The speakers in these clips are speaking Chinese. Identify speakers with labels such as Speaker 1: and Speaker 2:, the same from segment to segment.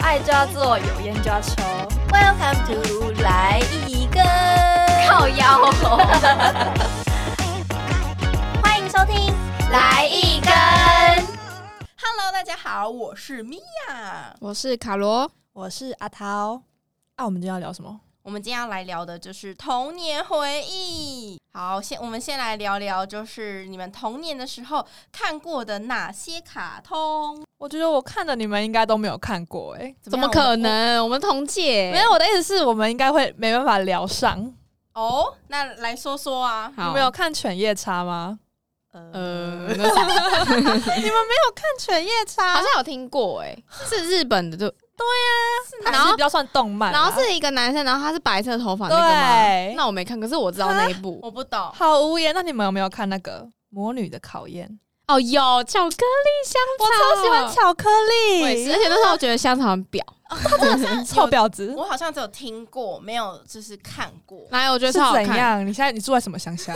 Speaker 1: 爱就要做，有烟就要抽，
Speaker 2: Welcome to 来一根，
Speaker 1: 靠腰、
Speaker 2: 欢迎收听来一根。
Speaker 3: Hello，大家好，我是米娅，
Speaker 4: 我是卡罗，
Speaker 1: 我是阿涛，
Speaker 4: 啊，我们今天要聊什么？
Speaker 3: 我们今天要来聊的就是童年回忆。好，先我们先来聊聊，就是你们童年的时候看过的哪些卡通？
Speaker 4: 我觉得我看的你们应该都没有看过、欸，哎，
Speaker 3: 怎
Speaker 4: 怎
Speaker 3: 么
Speaker 4: 么
Speaker 3: 样
Speaker 4: 可能？我们同届，没有。我的意思是我们应该会没办法聊上。你
Speaker 3: 哦，那来说说啊。
Speaker 5: 好，
Speaker 4: 们有看《犬夜叉》吗？
Speaker 5: 呃，那啥
Speaker 4: 你们没有看《犬夜叉
Speaker 5: 好》？像有听欸过哎、是日本的就
Speaker 4: 它
Speaker 5: 然
Speaker 4: 其
Speaker 5: 后
Speaker 4: 实比较算动漫啦，
Speaker 5: 然后是一个男生，然后他是白色头发那个吗？
Speaker 4: 对，
Speaker 5: 那我没看，可是我知道那一部
Speaker 3: 我不懂，
Speaker 4: 好无言。那你们有没有看那个《魔女的考验》？
Speaker 5: 哦，有巧克力香草，
Speaker 4: 我超喜欢巧克力，
Speaker 5: 我也是而且那时候我觉得香草很婊，
Speaker 4: 臭婊子
Speaker 3: 我好像只有听过，没有就是看过。
Speaker 5: 来，我觉得
Speaker 4: 是
Speaker 5: 超好
Speaker 4: 怎
Speaker 5: 看。
Speaker 4: 样？你现在你住在什么乡下？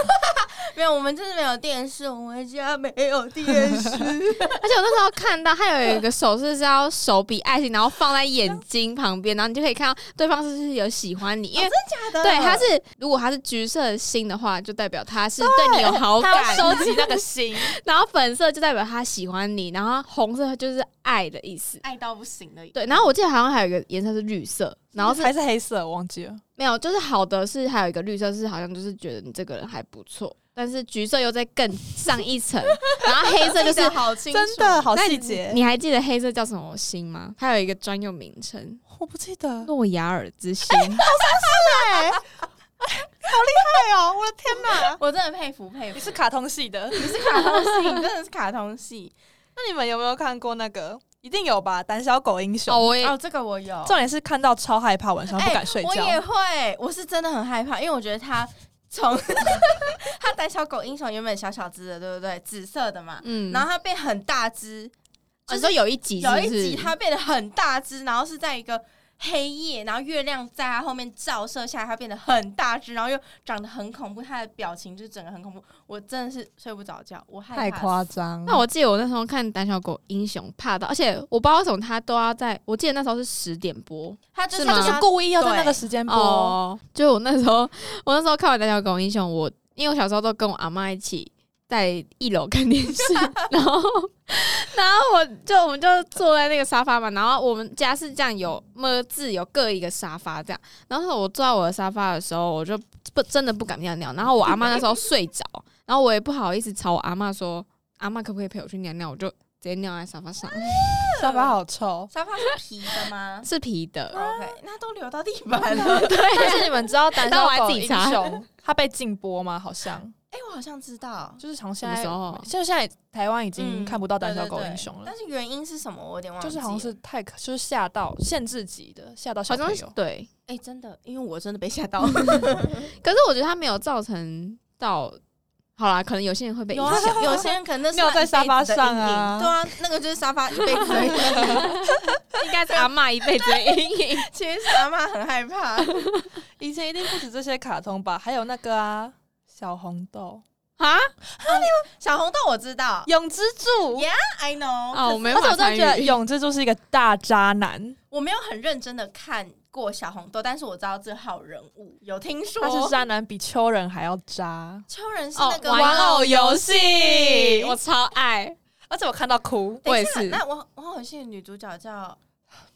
Speaker 3: 没有，我们就是没有电视，我们家没有电视。
Speaker 5: 而且我那时候看到他有一个手势是要手比爱心，然后放在眼睛旁边，然后你就可以看到对方是不是有喜欢你，因为
Speaker 3: 哦真的假的？
Speaker 5: 对他是如果他是橘色的心的话，就代表他是对你有好感，
Speaker 3: 他要收集那个心，
Speaker 5: 然后粉色就代表他喜欢你，然后红色就是爱的意思。
Speaker 3: 爱到不行的。
Speaker 5: 对，然后我记得好像还有一个颜色是绿色，然后是
Speaker 4: 还是黑色，我忘记了。
Speaker 5: 没有，就是好的是还有一个绿色是好像就是觉得你这个人还不错，但是橘色又再更上一层，然后黑色就是
Speaker 3: 记得好清楚，
Speaker 4: 真的好
Speaker 5: 那
Speaker 4: 细
Speaker 5: 你
Speaker 4: 节，
Speaker 5: 你还记得黑色叫什么星吗？它有一个专用名称，
Speaker 4: 我不记得。
Speaker 5: 诺亚尔之星。
Speaker 4: 哎
Speaker 5: 哦
Speaker 4: 呦，我的天哪！
Speaker 3: 我真的佩服佩服。
Speaker 4: 你是卡通系的，
Speaker 3: 你是卡通系，你真的是卡通系。
Speaker 4: 那你们有没有看过那个？一定有吧，《胆小狗英雄》
Speaker 5: 哦，我也
Speaker 3: 哦，这个我有，
Speaker 4: 重点是看到超害怕，晚上
Speaker 3: 哎
Speaker 4: 不敢睡觉。
Speaker 3: 我也会，我是真的很害怕，因为我觉得他从他胆小狗英雄原本小小只的，对不对？紫色的嘛，
Speaker 5: 嗯，
Speaker 3: 然
Speaker 5: 然后
Speaker 3: 后他变很大只，
Speaker 5: 你说有一集是不
Speaker 3: 有
Speaker 5: 是
Speaker 3: 一集他变得很大只，然后是在一个。黑夜，然后月亮在他后面照射下，他变得很大只，然后又长得很恐怖，他的表情就是整个很恐怖，我真的是睡不着觉，我害怕
Speaker 4: 太夸张。
Speaker 5: 那我记得我那时候看《胆小狗英雄》怕到，而且我不知道为什么他都要在，我记得那时候是十点播
Speaker 3: 他就是是
Speaker 5: 吗
Speaker 4: 他就是故意要在那个
Speaker 3: 对
Speaker 4: 时间播，
Speaker 5: 哦。就我那时候，我那时候看完《胆小狗英雄》，我因为我小时候都跟我阿妈一起在一楼看电 视，然后然后我就我们就坐在那个沙发嘛，然后我们家是这样有么字有各一个沙发这样，然后我坐在我的沙发的时候，我就不真的不敢尿尿，然后我阿妈那时候睡着，然后我也不好意思吵我阿妈说，阿妈可不可以陪我去尿尿，我就直接尿在沙发 上。
Speaker 4: 沙发好臭。
Speaker 3: 沙发是皮的吗
Speaker 5: 是皮的，
Speaker 3: ？OK，那都流到地板了。
Speaker 4: 但是你们知道《胆
Speaker 5: 那
Speaker 4: 小
Speaker 5: 我还
Speaker 4: 狗
Speaker 5: 自己
Speaker 4: 英
Speaker 5: 查
Speaker 4: 雄》它被禁播吗？好像
Speaker 3: 哎、我好像知道，
Speaker 4: 就是从现
Speaker 5: 什么
Speaker 4: 在
Speaker 5: 时，候？
Speaker 4: 就现在台湾已经
Speaker 3: 嗯
Speaker 4: 看不到《胆
Speaker 3: 对
Speaker 4: 小
Speaker 3: 对
Speaker 4: 狗
Speaker 3: 对
Speaker 4: 英雄》了
Speaker 3: 但，是原因是什么？我有点忘记
Speaker 4: 就
Speaker 3: 了。
Speaker 4: 是好像是太可就是吓到限制级的，吓到小
Speaker 5: 好像
Speaker 4: 朋
Speaker 5: 是
Speaker 4: 友。
Speaker 5: 对，
Speaker 3: 哎、真的，因为我真的被吓到。
Speaker 5: 可是我觉得它没有造成到，好啦，可能有些人会被 影
Speaker 3: 有啊，
Speaker 5: 响。
Speaker 3: 有些人可能那是
Speaker 4: 尿在
Speaker 3: 他一辈子的
Speaker 4: 沙发上啊
Speaker 3: 阴影对啊，那个就是沙发一辈子 的阴影。
Speaker 5: 应该是阿嬷一辈子的阴 影。
Speaker 3: 其实阿妈很害 怕，
Speaker 4: 以前一定不止这些卡通吧，还有那个啊，小红豆、
Speaker 5: 啊！
Speaker 3: 小红豆我知道
Speaker 4: 永之助
Speaker 3: ，I know，
Speaker 5: 哦，我没
Speaker 4: 而且
Speaker 5: 法
Speaker 4: 我真
Speaker 5: 参
Speaker 4: 的
Speaker 5: 与
Speaker 4: 觉。得永之助是一个大渣男，
Speaker 3: 我没有很认真的看过小红豆，但是我知道这号人物，有听说。
Speaker 4: 他是渣男比秋人还要渣。
Speaker 3: 秋人是那个
Speaker 5: 哦
Speaker 3: 玩
Speaker 5: 玩
Speaker 3: 偶
Speaker 5: 偶
Speaker 3: 游
Speaker 5: 游
Speaker 3: 戏。哦
Speaker 5: 戏，我超爱
Speaker 4: 而且我看到哭，
Speaker 5: 我也
Speaker 3: 等一下那
Speaker 5: 是
Speaker 3: 我我好像女主角叫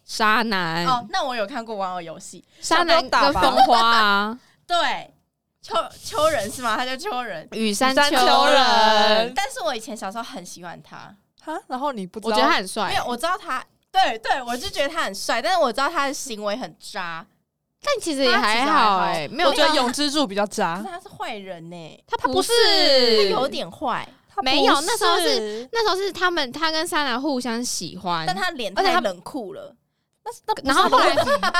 Speaker 5: 渣
Speaker 4: 哎
Speaker 5: 男，
Speaker 3: 哦，那我有看过玩偶游戏，
Speaker 5: 渣男
Speaker 4: 小时候打
Speaker 5: 跟
Speaker 4: 吧
Speaker 5: 风花啊，
Speaker 3: 对，秋秋人是吗？他叫秋人。
Speaker 5: 雨山
Speaker 4: 山丘
Speaker 5: 人
Speaker 4: 人，
Speaker 3: 呃但是我以前小时候很喜欢他，
Speaker 4: 哈，然后你不知
Speaker 5: 我
Speaker 4: 道，
Speaker 5: 觉得他很
Speaker 3: 没
Speaker 5: 帅
Speaker 3: 有，，我知道他，对对，我就觉得他很帅，但是我知道他的行为很渣，
Speaker 5: 但其实也
Speaker 3: 他其
Speaker 5: 还
Speaker 3: 实还好
Speaker 5: 好哎，没有
Speaker 4: 我觉得永之助比较
Speaker 3: 可
Speaker 4: 渣
Speaker 3: 是，他是坏人呢，
Speaker 5: 他
Speaker 4: 不
Speaker 5: 啊不
Speaker 4: 是
Speaker 5: 是嗯
Speaker 3: 有点坏，
Speaker 4: 他不
Speaker 5: 没有那时候是
Speaker 4: 是，
Speaker 5: 那时候是他们他跟莎娜互相喜欢，
Speaker 3: 但他脸
Speaker 5: 而且
Speaker 3: 太
Speaker 5: 他
Speaker 3: 冷酷了，
Speaker 5: 然后后来，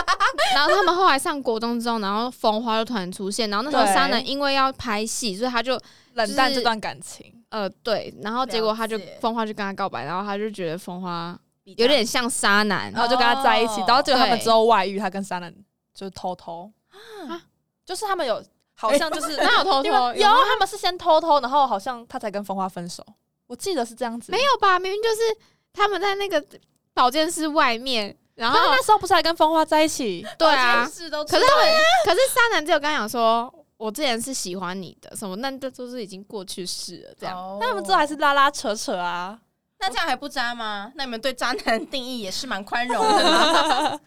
Speaker 5: 然后他们后来上国中之后，然后风花就突然出现，然后那时候
Speaker 4: 对
Speaker 5: 沙男因为要拍戏，所以他就
Speaker 4: 冷淡这段感情，
Speaker 5: 呃对，然后结果他就
Speaker 3: 了解
Speaker 5: 风花就跟他告白，然后他就觉得风花
Speaker 3: 比较
Speaker 5: 有点像沙男，
Speaker 4: 然后就跟他在一起
Speaker 3: 哦，
Speaker 4: 然后结果他们
Speaker 5: 对
Speaker 4: 之后外遇，他跟渣男就是偷偷，啊就是他们有好像就是
Speaker 5: 哪有偷偷
Speaker 4: 因
Speaker 5: 有
Speaker 4: 为
Speaker 5: 吗
Speaker 4: 有啊他们是先偷偷，然后好像他才跟风花分手，我记得是这样子，
Speaker 5: 没有吧？明明就是他们在那个保健室外面，然
Speaker 4: 他
Speaker 5: 后
Speaker 4: 那时候不是还跟风花在一起？
Speaker 5: 对啊，
Speaker 3: 是都
Speaker 5: 可是他们，可是渣男只有刚讲说，我之前是喜欢你的什么，那这都是已经过去式了，这样。
Speaker 3: 样
Speaker 4: 那他们之后还是拉拉扯扯啊。
Speaker 3: 那这样还不渣吗？那你们对渣男的定义也是蛮宽容的啦。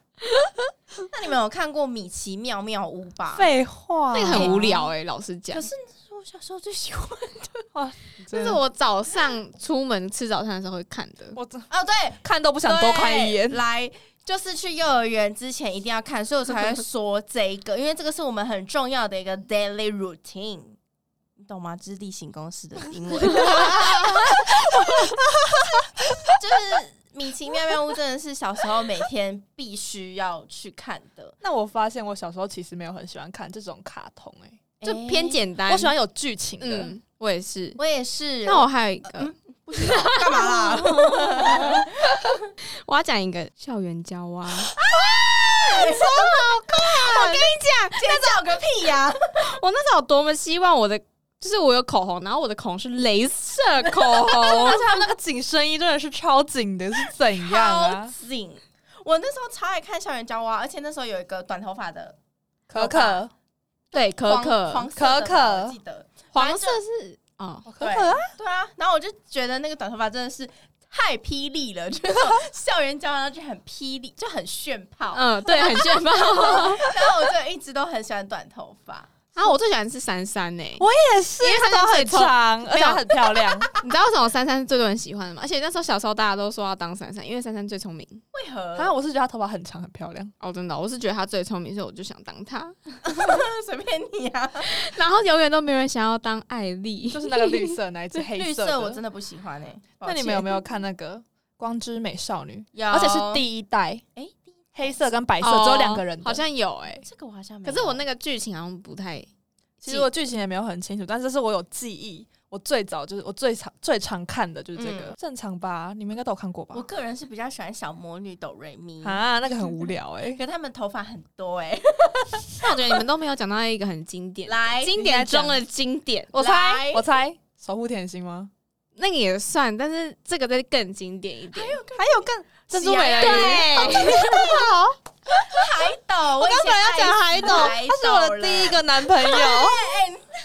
Speaker 3: 那你们有看过《米奇妙妙屋》吧？
Speaker 4: 废话，
Speaker 5: 那个很无聊哎、老实讲
Speaker 3: 可，是那是我小时候最喜欢
Speaker 5: 这
Speaker 4: 啊真
Speaker 5: 是
Speaker 4: 的，
Speaker 5: 我早上出门吃早餐的时候会看的。
Speaker 4: 我真
Speaker 3: 哦，对，
Speaker 4: 看都不想多看一眼
Speaker 3: 对。来，就是去幼儿园之前一定要看，所以我才会说这个，因为这个是我们很重要的一个 daily routine，你懂吗？这是例行公事的英文，就是。米奇妙妙屋真的是小时候每天必须要去看 的，
Speaker 4: 那我发现我小时候其实没有很喜欢看这种卡通、欸，
Speaker 5: 就偏
Speaker 3: 简。
Speaker 5: 简单。
Speaker 4: 我喜欢有剧情的。
Speaker 5: 嗯，我也是。
Speaker 3: 我也是。
Speaker 5: 那我还有一个，
Speaker 3: 干嘛啦？
Speaker 5: 我要讲一个校园交蛙， 啊，超好看！我跟你 讲，
Speaker 3: 现在有个屁呀、
Speaker 5: 我那时候有多么希望我的，就是我有口红，然后我的口红是镭射口红
Speaker 4: 而， 且他们那个紧身衣真的是超紧的，是怎样
Speaker 3: 好
Speaker 4: 啊？
Speaker 3: 紧！我那时候超爱看校园交蛙，而且那时候有一个短头发的
Speaker 4: 可可，
Speaker 5: 对，可
Speaker 3: 黄
Speaker 5: 可
Speaker 3: 黄色的吧
Speaker 4: 可可
Speaker 3: 我记得
Speaker 5: 黄色是哦，
Speaker 4: 可
Speaker 3: 对
Speaker 4: 可啊，
Speaker 3: 对啊。然后我就觉得那个短头发真的是太霹雳了， 就是那种校园交蛙就很霹雳，就很炫
Speaker 4: 哦
Speaker 3: 炮。
Speaker 5: 嗯，对，很炫 吧？
Speaker 3: 然后我就一直都很喜欢短头发，
Speaker 5: 然后我最喜欢是珊珊呢，
Speaker 4: 我也是，
Speaker 5: 因为
Speaker 4: 她
Speaker 5: 她
Speaker 4: 都
Speaker 5: 最
Speaker 4: 很
Speaker 5: 丑
Speaker 4: 长，而且她很漂 亮。
Speaker 5: 你知道为什么珊珊是最多人喜欢的吗？而且那时候小时候大家都说要当珊珊，因为珊珊最聪明。
Speaker 3: 为何？
Speaker 4: 然后我是觉得她头发很长，很漂亮。
Speaker 5: 哦，真的哦，我是觉得她最聪明，所以我就想当她。
Speaker 3: 随便你啊！
Speaker 5: 然后永远都没有人想要当艾丽，
Speaker 4: 就是那个绿色那一只黑
Speaker 3: 绿
Speaker 4: 色
Speaker 3: 色我真
Speaker 4: 的。
Speaker 3: 的不喜欢哎、欸。
Speaker 4: 那你们有没有看那个《光之美少女》？
Speaker 3: 有？
Speaker 4: 而且是第一代，
Speaker 3: 哎第
Speaker 4: 黑色跟白色
Speaker 5: 哦
Speaker 4: 只有两个人的。
Speaker 5: 好像有哎、
Speaker 3: 这个我好像没
Speaker 5: 可
Speaker 3: 有。
Speaker 5: 是我那个剧情好像不太
Speaker 4: 其实我剧情也没有很清楚，但是是我有记忆。我最早就是我最常最常看的就是这个，
Speaker 3: 嗯
Speaker 4: 正常吧？你们应该都有看过吧
Speaker 3: 我？个人是比较喜欢小魔女斗瑞咪。
Speaker 4: 啊，那个很无聊哎、
Speaker 3: 可他们头发很多哎、
Speaker 5: 那我觉得你们都没有讲到一个很经典 的，
Speaker 3: 来
Speaker 5: 经典中的经典，
Speaker 4: 我猜
Speaker 3: 来，
Speaker 4: 我猜，守护甜心吗？
Speaker 5: 那个也算，但是这个再更经典一点。
Speaker 4: 还有更珍珠
Speaker 3: 喜
Speaker 4: 美
Speaker 3: 爱
Speaker 4: 人鱼，
Speaker 3: 海
Speaker 5: 对，
Speaker 3: 斗，我以
Speaker 4: 刚
Speaker 3: 前
Speaker 4: 本来要讲
Speaker 3: 爱
Speaker 4: 海
Speaker 3: 死
Speaker 4: 斗，他是我的第一个男朋友。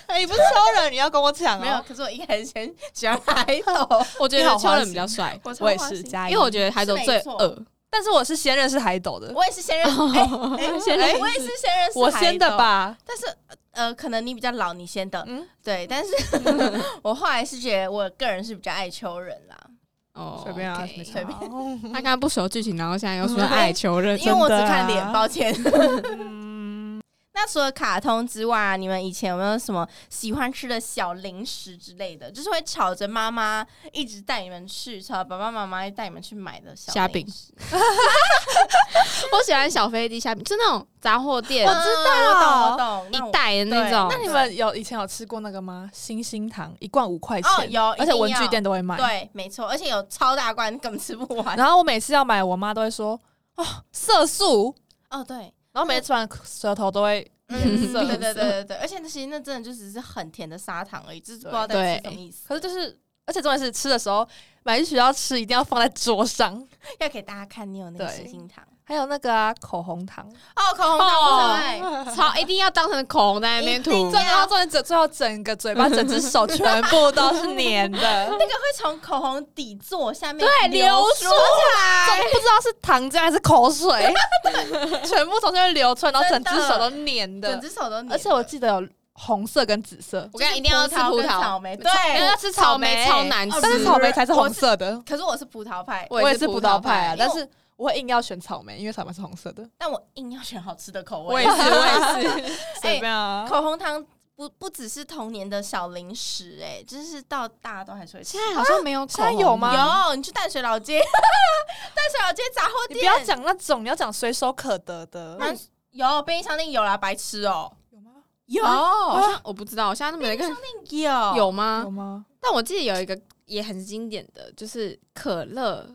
Speaker 4: 哎，你不是超人，你要跟我抢
Speaker 3: 海斗了。没
Speaker 4: 哦
Speaker 3: 有，可是我一开始喜欢海斗，
Speaker 5: 我觉
Speaker 4: 你
Speaker 5: 得
Speaker 4: 好
Speaker 5: 秋
Speaker 4: 花
Speaker 5: 人
Speaker 4: 心
Speaker 5: 比较帅，
Speaker 3: 我超
Speaker 4: 我也
Speaker 3: 花
Speaker 4: 是
Speaker 3: 心
Speaker 4: 加
Speaker 5: 因
Speaker 4: 一，
Speaker 5: 为我觉得海斗最
Speaker 3: 是没错
Speaker 5: 恶。
Speaker 4: 但是我是先认识海斗的，
Speaker 3: 我也是先认识， 哎哎
Speaker 4: 哦先认识
Speaker 3: 我也是先认识，
Speaker 4: 我先的？吧。
Speaker 3: 但是呃，可能你比较老，你先的，
Speaker 4: 嗯，
Speaker 3: 对。但 是我后来是觉得，我个人是比较爱秋人啦，
Speaker 5: 哦
Speaker 4: 随便啊，
Speaker 5: OK
Speaker 4: 没
Speaker 3: 随
Speaker 4: 差
Speaker 3: 便。
Speaker 5: 他刚刚不熟剧情，然后现在又
Speaker 4: 嗯
Speaker 5: 说爱求人，
Speaker 3: 因为我只看
Speaker 4: 真的啊
Speaker 3: 脸，抱歉。
Speaker 4: 嗯，
Speaker 3: 那除了卡通之外啊，你们以前有没有什么喜欢吃的小零食之类的？就是会吵着妈妈一直带你们去，吵爸爸妈妈带你们去买的小
Speaker 5: 虾饼
Speaker 3: 零食。
Speaker 5: 我喜欢小飞机虾饼，就那种杂货店
Speaker 3: 我知道，啊我
Speaker 4: 我
Speaker 3: 懂，我懂。
Speaker 5: 一袋的那
Speaker 4: 那
Speaker 5: 种。
Speaker 4: 你们有以前有吃过那个吗？星星糖一罐五块
Speaker 3: 哦
Speaker 4: 钱，
Speaker 3: 有
Speaker 4: 而且文具店都会
Speaker 3: 那
Speaker 4: 卖。
Speaker 3: 对，没错，而且有超大罐，根本吃不完。
Speaker 4: 然后我每次要买，我妈都会说：“哦，色素。
Speaker 3: 哦，对，”
Speaker 4: 然后每次吃完舌头都会
Speaker 3: 嗯，
Speaker 4: 色
Speaker 3: 对对对对对，而且那其实那真的就只是很甜的砂糖而已，就是不知道在
Speaker 5: 对
Speaker 3: 吃什么意思。
Speaker 4: 可是就是，而且重点是吃的时候，买去学校吃一定要放在桌上。
Speaker 3: 要给大家看你有那个
Speaker 4: 对
Speaker 3: 星星糖
Speaker 4: 还有那个啊，口红糖，
Speaker 3: 哦，口红糖我很爱。
Speaker 5: 超一定要当成口红在那边涂，
Speaker 3: 一定
Speaker 4: 然后重点整最后整个嘴巴、整只手全部都是粘 的，
Speaker 3: 那个会从口红底座下面
Speaker 5: 对流
Speaker 3: 出
Speaker 5: 出
Speaker 3: 来，
Speaker 4: 都不知道是糖浆还是口 水，全部从这边流出来，然后整只手都粘
Speaker 3: 整
Speaker 4: 的。
Speaker 3: 只手都黏的。
Speaker 4: 而且我记得有红色跟紫色，
Speaker 5: 我跟你讲一定要吃葡
Speaker 3: 葡
Speaker 5: 萄
Speaker 3: 草莓，对。
Speaker 5: 因哎为要吃草莓嗯超难吃，
Speaker 4: 但是草莓才是
Speaker 3: 我
Speaker 4: 红
Speaker 3: 是
Speaker 4: 色的。
Speaker 3: 可是我是葡萄派，
Speaker 5: 我也
Speaker 4: 是
Speaker 5: 是
Speaker 4: 葡
Speaker 5: 葡
Speaker 4: 萄
Speaker 5: 萄
Speaker 4: 派啊，
Speaker 5: 派
Speaker 4: 但是我会硬要选草莓，因为草莓是红色的。
Speaker 3: 但我硬要选好吃的口
Speaker 5: 我
Speaker 3: 味
Speaker 5: 也。是，我也是。
Speaker 4: 随便啊，
Speaker 3: 口红糖不不只是童年的小零食、哎，就是到大家都还是会吃
Speaker 5: 现。在好像没有口红，
Speaker 4: 现在有吗
Speaker 3: 有，你去淡水老街， 淡水老街杂货
Speaker 4: 你不要
Speaker 3: 店
Speaker 4: 讲那种，你要讲随手可得的。
Speaker 3: 蛮有便利商店有啦，白痴哦、
Speaker 4: 有吗？
Speaker 3: 有
Speaker 5: 好像我不知道，现在都没有一个
Speaker 3: 有
Speaker 5: 有
Speaker 4: 有
Speaker 5: 吗？
Speaker 4: 吗？
Speaker 5: 但我记得有一个也很经典的，就是可 乐，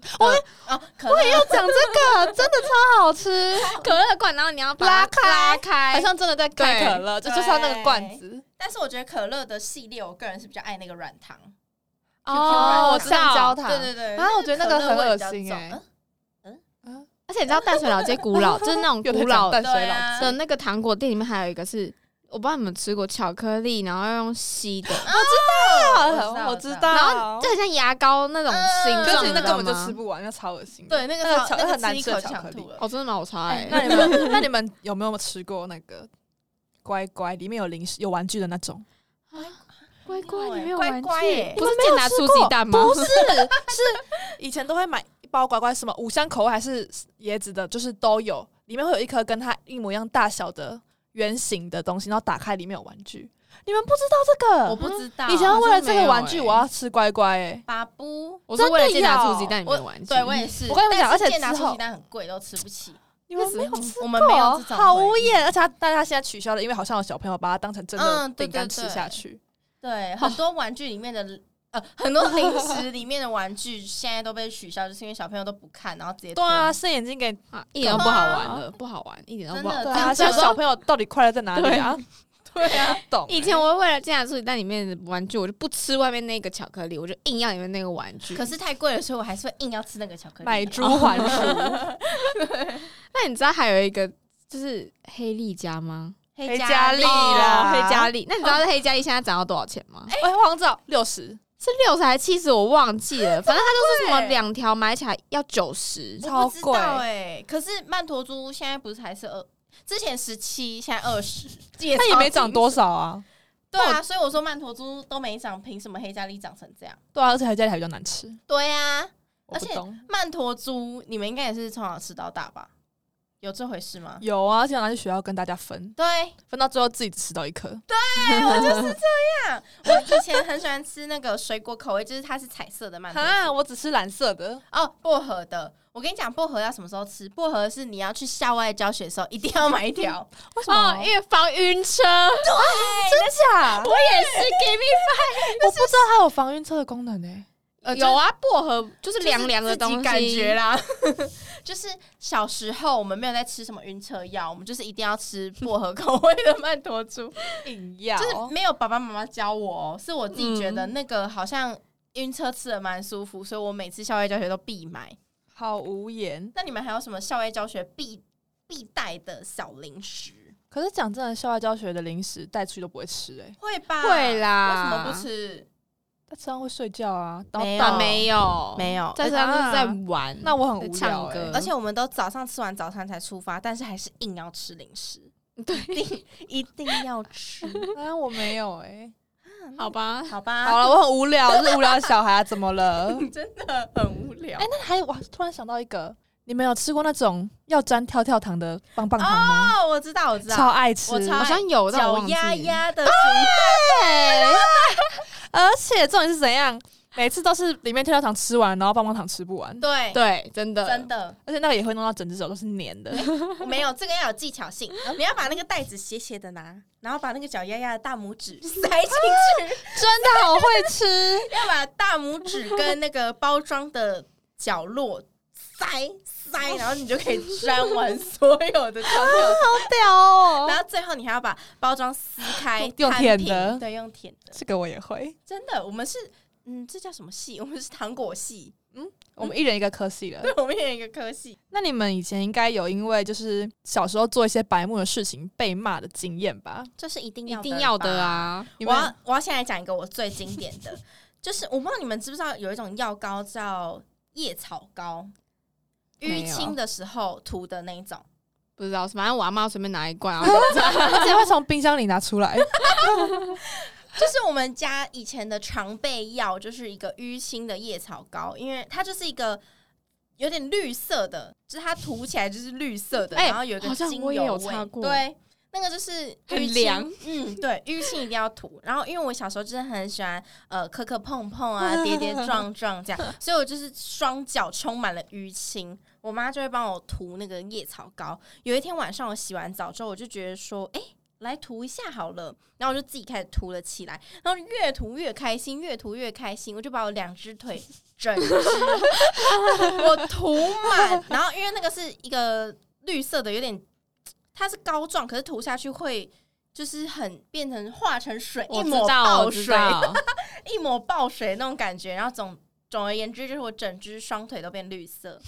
Speaker 3: 啊，可乐
Speaker 4: 要讲这个，真的超好吃，
Speaker 5: 可乐罐，然后你要把它
Speaker 4: 拉开
Speaker 5: 拉
Speaker 4: 好
Speaker 5: 开，
Speaker 4: 像真的在开可乐，就
Speaker 3: 对
Speaker 4: 就是它那个罐子。
Speaker 3: 但是我觉得可乐的系列，我个人是比较爱那个软糖。
Speaker 5: 哦，我知
Speaker 4: 橡胶
Speaker 5: 道，
Speaker 4: 糖。
Speaker 3: 对对对，
Speaker 4: 啊我觉得那个
Speaker 3: 可乐味比较嗯
Speaker 4: 很恶心
Speaker 3: 重
Speaker 4: 欸
Speaker 3: 嗯
Speaker 4: 啊
Speaker 5: 而且你知道淡水老街古老，就是 那种
Speaker 4: 又
Speaker 5: 古
Speaker 4: 在讲
Speaker 5: 老
Speaker 4: 淡水
Speaker 3: 对
Speaker 4: 老
Speaker 3: 啊
Speaker 4: 街，
Speaker 5: 的那个糖果店里面，还有一个是我不知道你们吃过巧克力，然后要用 吸的，
Speaker 3: 道
Speaker 4: 啊我
Speaker 3: 我
Speaker 4: 知
Speaker 3: 知
Speaker 4: 道，
Speaker 5: 然后就很像牙膏那种形
Speaker 3: 嗯
Speaker 4: 可
Speaker 5: 状，
Speaker 4: 是
Speaker 5: 你
Speaker 4: 那
Speaker 5: 知
Speaker 4: 根
Speaker 5: 道
Speaker 4: 本就吃
Speaker 5: 吗？
Speaker 4: 不完，那超恶心的。
Speaker 3: 对，那个
Speaker 4: 那个
Speaker 3: 超
Speaker 4: 巧
Speaker 3: 那
Speaker 4: 很
Speaker 3: 个
Speaker 4: 难
Speaker 3: 吃一
Speaker 4: 吃的
Speaker 3: 口就
Speaker 4: 巧
Speaker 3: 想
Speaker 4: 克力
Speaker 3: 吐了。
Speaker 5: 哦，真的吗？我超
Speaker 3: 哎
Speaker 5: 爱。
Speaker 4: 那你们 那你们有没有吃过那个乖乖里面有零食有玩具的那种？
Speaker 5: 啊乖
Speaker 3: 没有
Speaker 5: 乖，
Speaker 3: 欸
Speaker 5: 你没有
Speaker 3: 乖
Speaker 5: 玩具
Speaker 3: 乖欸
Speaker 5: 不是健达出鸡蛋吗？
Speaker 4: 不 是，是以前都会买一包乖乖，什么五香口味还是椰子的，就是都有，里面会有一颗跟它一模一样大小的圆形的东西，然后打开里面有玩具。你们不知道这个？
Speaker 3: 我不知道，
Speaker 4: 以前为了这个玩
Speaker 5: 好像
Speaker 4: 具，
Speaker 5: 没有欸
Speaker 4: 我要吃乖乖、欸，
Speaker 3: 巴布，
Speaker 5: 我是为了健达
Speaker 4: 真的
Speaker 5: 出鸡蛋里面的玩具。
Speaker 3: 对欸我也是。
Speaker 4: 嗯我跟你们讲
Speaker 3: 但是
Speaker 4: 而且
Speaker 3: 健达
Speaker 4: 之
Speaker 3: 出
Speaker 4: 后
Speaker 3: 鸡蛋很贵，都吃不起。
Speaker 4: 你们没有吃过，
Speaker 3: 我们没有这种
Speaker 4: 好
Speaker 3: 回忆
Speaker 4: 无言。而且它，但是它现在取消了，因为好像有小朋友把它当成真的
Speaker 3: 嗯对
Speaker 4: 饼干
Speaker 3: 对
Speaker 4: 吃
Speaker 3: 对
Speaker 4: 下去。
Speaker 3: 对，
Speaker 4: 哦
Speaker 3: 很多玩具里面的。呃，很多零食里面的玩具现在都被取消，就是因为小朋友都不看，然后直接
Speaker 4: 对啊，
Speaker 3: 吞，
Speaker 4: 伸眼睛给
Speaker 5: 啊，一点都不好玩了，不好玩，一点都不好
Speaker 3: 啊
Speaker 5: 玩。
Speaker 3: 真的
Speaker 4: 对啊，
Speaker 3: 这
Speaker 4: 像
Speaker 3: 样
Speaker 4: 小朋友到底快乐在哪里啊？
Speaker 3: 对啊，
Speaker 4: 懂欸？
Speaker 5: 以前我为了健达出鸡蛋里面的玩具，我就不吃外面那个巧克力，我就硬要里面那个玩 具。
Speaker 3: 可是太贵了，所以我还是会硬要吃那个巧克力。
Speaker 4: 买猪还鼠，
Speaker 5: 那你知道还有一个就是黑利家吗？
Speaker 3: 黑
Speaker 4: 黑
Speaker 3: 加
Speaker 4: 加
Speaker 3: 力
Speaker 4: 力啦
Speaker 5: 哦黑加力。那你知道黑加力现在涨到多少钱吗？
Speaker 4: 哎，黄枣六十，
Speaker 5: 是六十还是七十？我忘记了，反正它就是什
Speaker 4: 好
Speaker 5: 么
Speaker 4: 贵
Speaker 5: 两条买起来要九十。
Speaker 4: 超
Speaker 3: 我不知
Speaker 4: 贵
Speaker 3: 道哎、可是曼陀珠现在不是还是二，之前十七，现在二十，
Speaker 4: 它
Speaker 3: 它
Speaker 4: 也没涨多。少啊。
Speaker 3: 对啊，所以我说曼陀珠都没涨，凭什么黑加力涨成这样？
Speaker 4: 对啊，而且还家里还比较难吃，
Speaker 3: 对啊，
Speaker 4: 我不
Speaker 3: 而且
Speaker 4: 懂。
Speaker 3: 曼陀珠你们应该也是从小吃到大吧？有这回事吗？
Speaker 4: 有啊，而且拿去学校跟大家分，
Speaker 3: 对，哎
Speaker 4: 分到最后自己只吃到一颗。
Speaker 3: 我以前很喜欢吃那个水果口味，就是它是彩色的曼陀珠
Speaker 4: 啊，我只吃蓝色的，
Speaker 3: 哦，薄荷的。我跟你讲，薄荷要什么时候吃？薄荷是你要去校外教学的时候一定要买一条。
Speaker 4: 为什
Speaker 5: 哦
Speaker 4: 么？，啊
Speaker 5: 因为防晕车，
Speaker 4: 真假？
Speaker 5: 我也是 give
Speaker 4: 我不知道它有防晕车的功能欸呢。
Speaker 3: 呃
Speaker 5: me。有啊，薄荷就是
Speaker 3: 就是
Speaker 5: 凉凉的
Speaker 3: 自己
Speaker 5: 东西，
Speaker 3: 感觉啦。 就是小时候我们没有在吃什么晕车药，我们就是一定要吃薄荷口味的曼陀 珠，
Speaker 4: 硬要
Speaker 5: 哦
Speaker 3: 就是没有爸爸妈妈教我、哦，是我自己觉
Speaker 5: 嗯
Speaker 3: 得那个好像晕车吃的蛮舒服，所以我每次校外教学都必买。
Speaker 4: 好无言。
Speaker 3: 那你们还有什么校外教学必必带的小零食？
Speaker 4: 可是讲真的，校外教学的零食带出去都不会吃哎，
Speaker 3: 会吧？
Speaker 5: 会啦
Speaker 3: 为什么不吃？
Speaker 4: 他吃完会睡觉啊。然后
Speaker 3: 没有
Speaker 5: 啊，没有，
Speaker 4: 到
Speaker 3: 没有
Speaker 5: 在山上在玩。
Speaker 4: 那我很无
Speaker 5: 在
Speaker 4: 聊
Speaker 5: 唱
Speaker 4: 哎
Speaker 5: 歌，
Speaker 3: 而且我们都早上吃完早餐才出发，但是还是硬要吃零食，
Speaker 5: 对，
Speaker 3: 一定要吃，
Speaker 4: 啊我没有哎。
Speaker 5: 好吧，
Speaker 3: 好吧？
Speaker 4: 好了，我很无聊，是无聊的小孩啊，怎么了？
Speaker 3: 真的很无聊
Speaker 4: 哎、。那还有，我突然想到一个，你们有吃过那种要沾跳跳糖的棒棒糖吗？
Speaker 3: 哦，我知道，我知
Speaker 4: 超
Speaker 3: 道，
Speaker 4: 爱吃，
Speaker 3: 我超
Speaker 5: 好像有，但我
Speaker 3: 脚
Speaker 5: 忘记
Speaker 3: 丫
Speaker 5: 了。
Speaker 3: 丫的形
Speaker 4: 对。 而且重点是怎样？每次都是里面跳跳糖吃完，然后棒棒糖吃不完，
Speaker 3: 对
Speaker 5: 对，真的，
Speaker 3: 真的
Speaker 4: 而且那个也会弄到整只手都是黏 的。
Speaker 3: 没有这个要有技巧性，你要把那个袋子斜斜的拿，然后把那个脚丫丫的大拇指塞进去，
Speaker 4: 真的好会 吃，
Speaker 3: 要把大拇指跟那个包装的角落塞 塞，然后你就可以粘完所有的钞票，
Speaker 4: 好屌哦！
Speaker 3: 然后最后你还要把包装撕开，
Speaker 4: 用
Speaker 3: 摊
Speaker 4: 舔
Speaker 3: 平
Speaker 4: 的
Speaker 3: 对，用舔的，
Speaker 4: 这个我也会，
Speaker 3: 真的，我们是嗯，这叫什么系？我 们是糖果系，嗯
Speaker 4: 我们一人一个 科系了。
Speaker 3: 对，我们也有一个科系。
Speaker 4: 那你们以前应该有因为就是小时候做一些白目的事情被骂的经验吧？
Speaker 3: 这是一定
Speaker 5: 一
Speaker 3: 要
Speaker 5: 定要的
Speaker 3: 吧！
Speaker 5: 啊！
Speaker 3: 我要我要先来讲一个我最经典的， 就是我不知道你们知不知道有一种药膏叫叶草膏，
Speaker 5: 没有
Speaker 3: 淤青的时候涂的那一种。
Speaker 5: 不知道，反正我阿妈随便拿一罐，然后
Speaker 4: 而且会从冰箱里拿 出来，
Speaker 3: 就是我们家以前的常备药，就是一个淤青的叶草膏，因为它就是一个有点绿色的，就是它涂起来就是绿色的，
Speaker 5: 哎
Speaker 3: 然后有一个
Speaker 5: 好像
Speaker 3: 精
Speaker 5: 我也
Speaker 3: 油
Speaker 5: 有
Speaker 3: 味，
Speaker 5: 擦过
Speaker 3: 对，那个就是
Speaker 5: 很
Speaker 3: 淤青
Speaker 5: 凉，
Speaker 3: 嗯，对，淤青一定要涂。然后因为我小时候真的很喜欢呃磕磕碰碰 啊，跌跌撞撞这样，所以我就是双脚充满了淤青。我妈就会帮我涂那个叶草膏。有一天晚上我洗完澡之后，我就觉得说，哎、来涂一下好了，然后我就自己开始涂了起来，然后越涂越开心，越涂越开心，我就把我两只 腿整只我涂满，然后因为那个是一个绿色的，有点它是膏状，可是涂下去会就是很变成化成水，一
Speaker 5: 我知
Speaker 3: 抹
Speaker 5: 道，
Speaker 3: 爆
Speaker 5: 我知
Speaker 3: 水，
Speaker 5: 道，
Speaker 3: 一抹爆水那种感觉，然后总总而言之，就是我整只双腿都变绿色，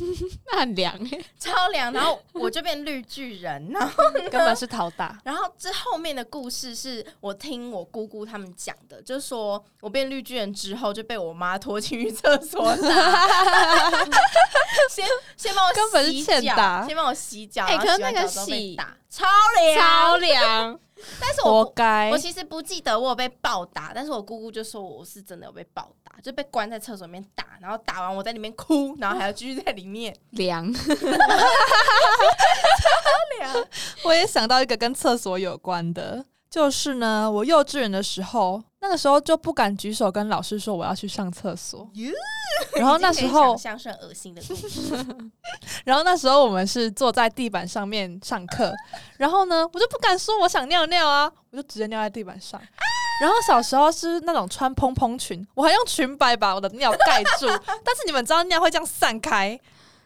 Speaker 5: 那很凉哎、
Speaker 3: 超凉，然后我就变绿巨人，然后
Speaker 4: 根本是讨打。
Speaker 3: 然后这后面的故事是我听我姑姑他们讲的，就是说我变绿巨人之后就被我妈拖进去厕所打， 先先帮我洗
Speaker 4: 根本是欠
Speaker 3: 脚
Speaker 4: 打
Speaker 3: 先帮我洗脚，
Speaker 5: 哎
Speaker 3: 然后
Speaker 5: 可是
Speaker 3: 洗完
Speaker 5: 那个
Speaker 3: 脚之后被
Speaker 5: 洗
Speaker 3: 打超凉，
Speaker 5: 超凉。
Speaker 3: 但是
Speaker 4: 活
Speaker 3: 我
Speaker 4: 该
Speaker 3: 我！其实不记得我有被暴打，但是我姑姑就说我是真的有被暴打，就被关在厕所里面打，然后打完我在里面哭，然后还要继续在里面。
Speaker 5: 凉，
Speaker 4: 我也想到一个跟厕所有关的，就是呢，我幼稚园的时候，那个时候就不敢举手跟老师说我要去上厕所。 然后那时候
Speaker 3: 像是恶心的故事，
Speaker 4: 然后那时候我们是坐在地板上面上课，然后呢，我就不敢说我想尿尿啊，我就直接尿在地板上。然后小时候是那种穿蓬蓬裙，我还用裙摆把我的尿盖住， 但是你们知道尿会这样散开，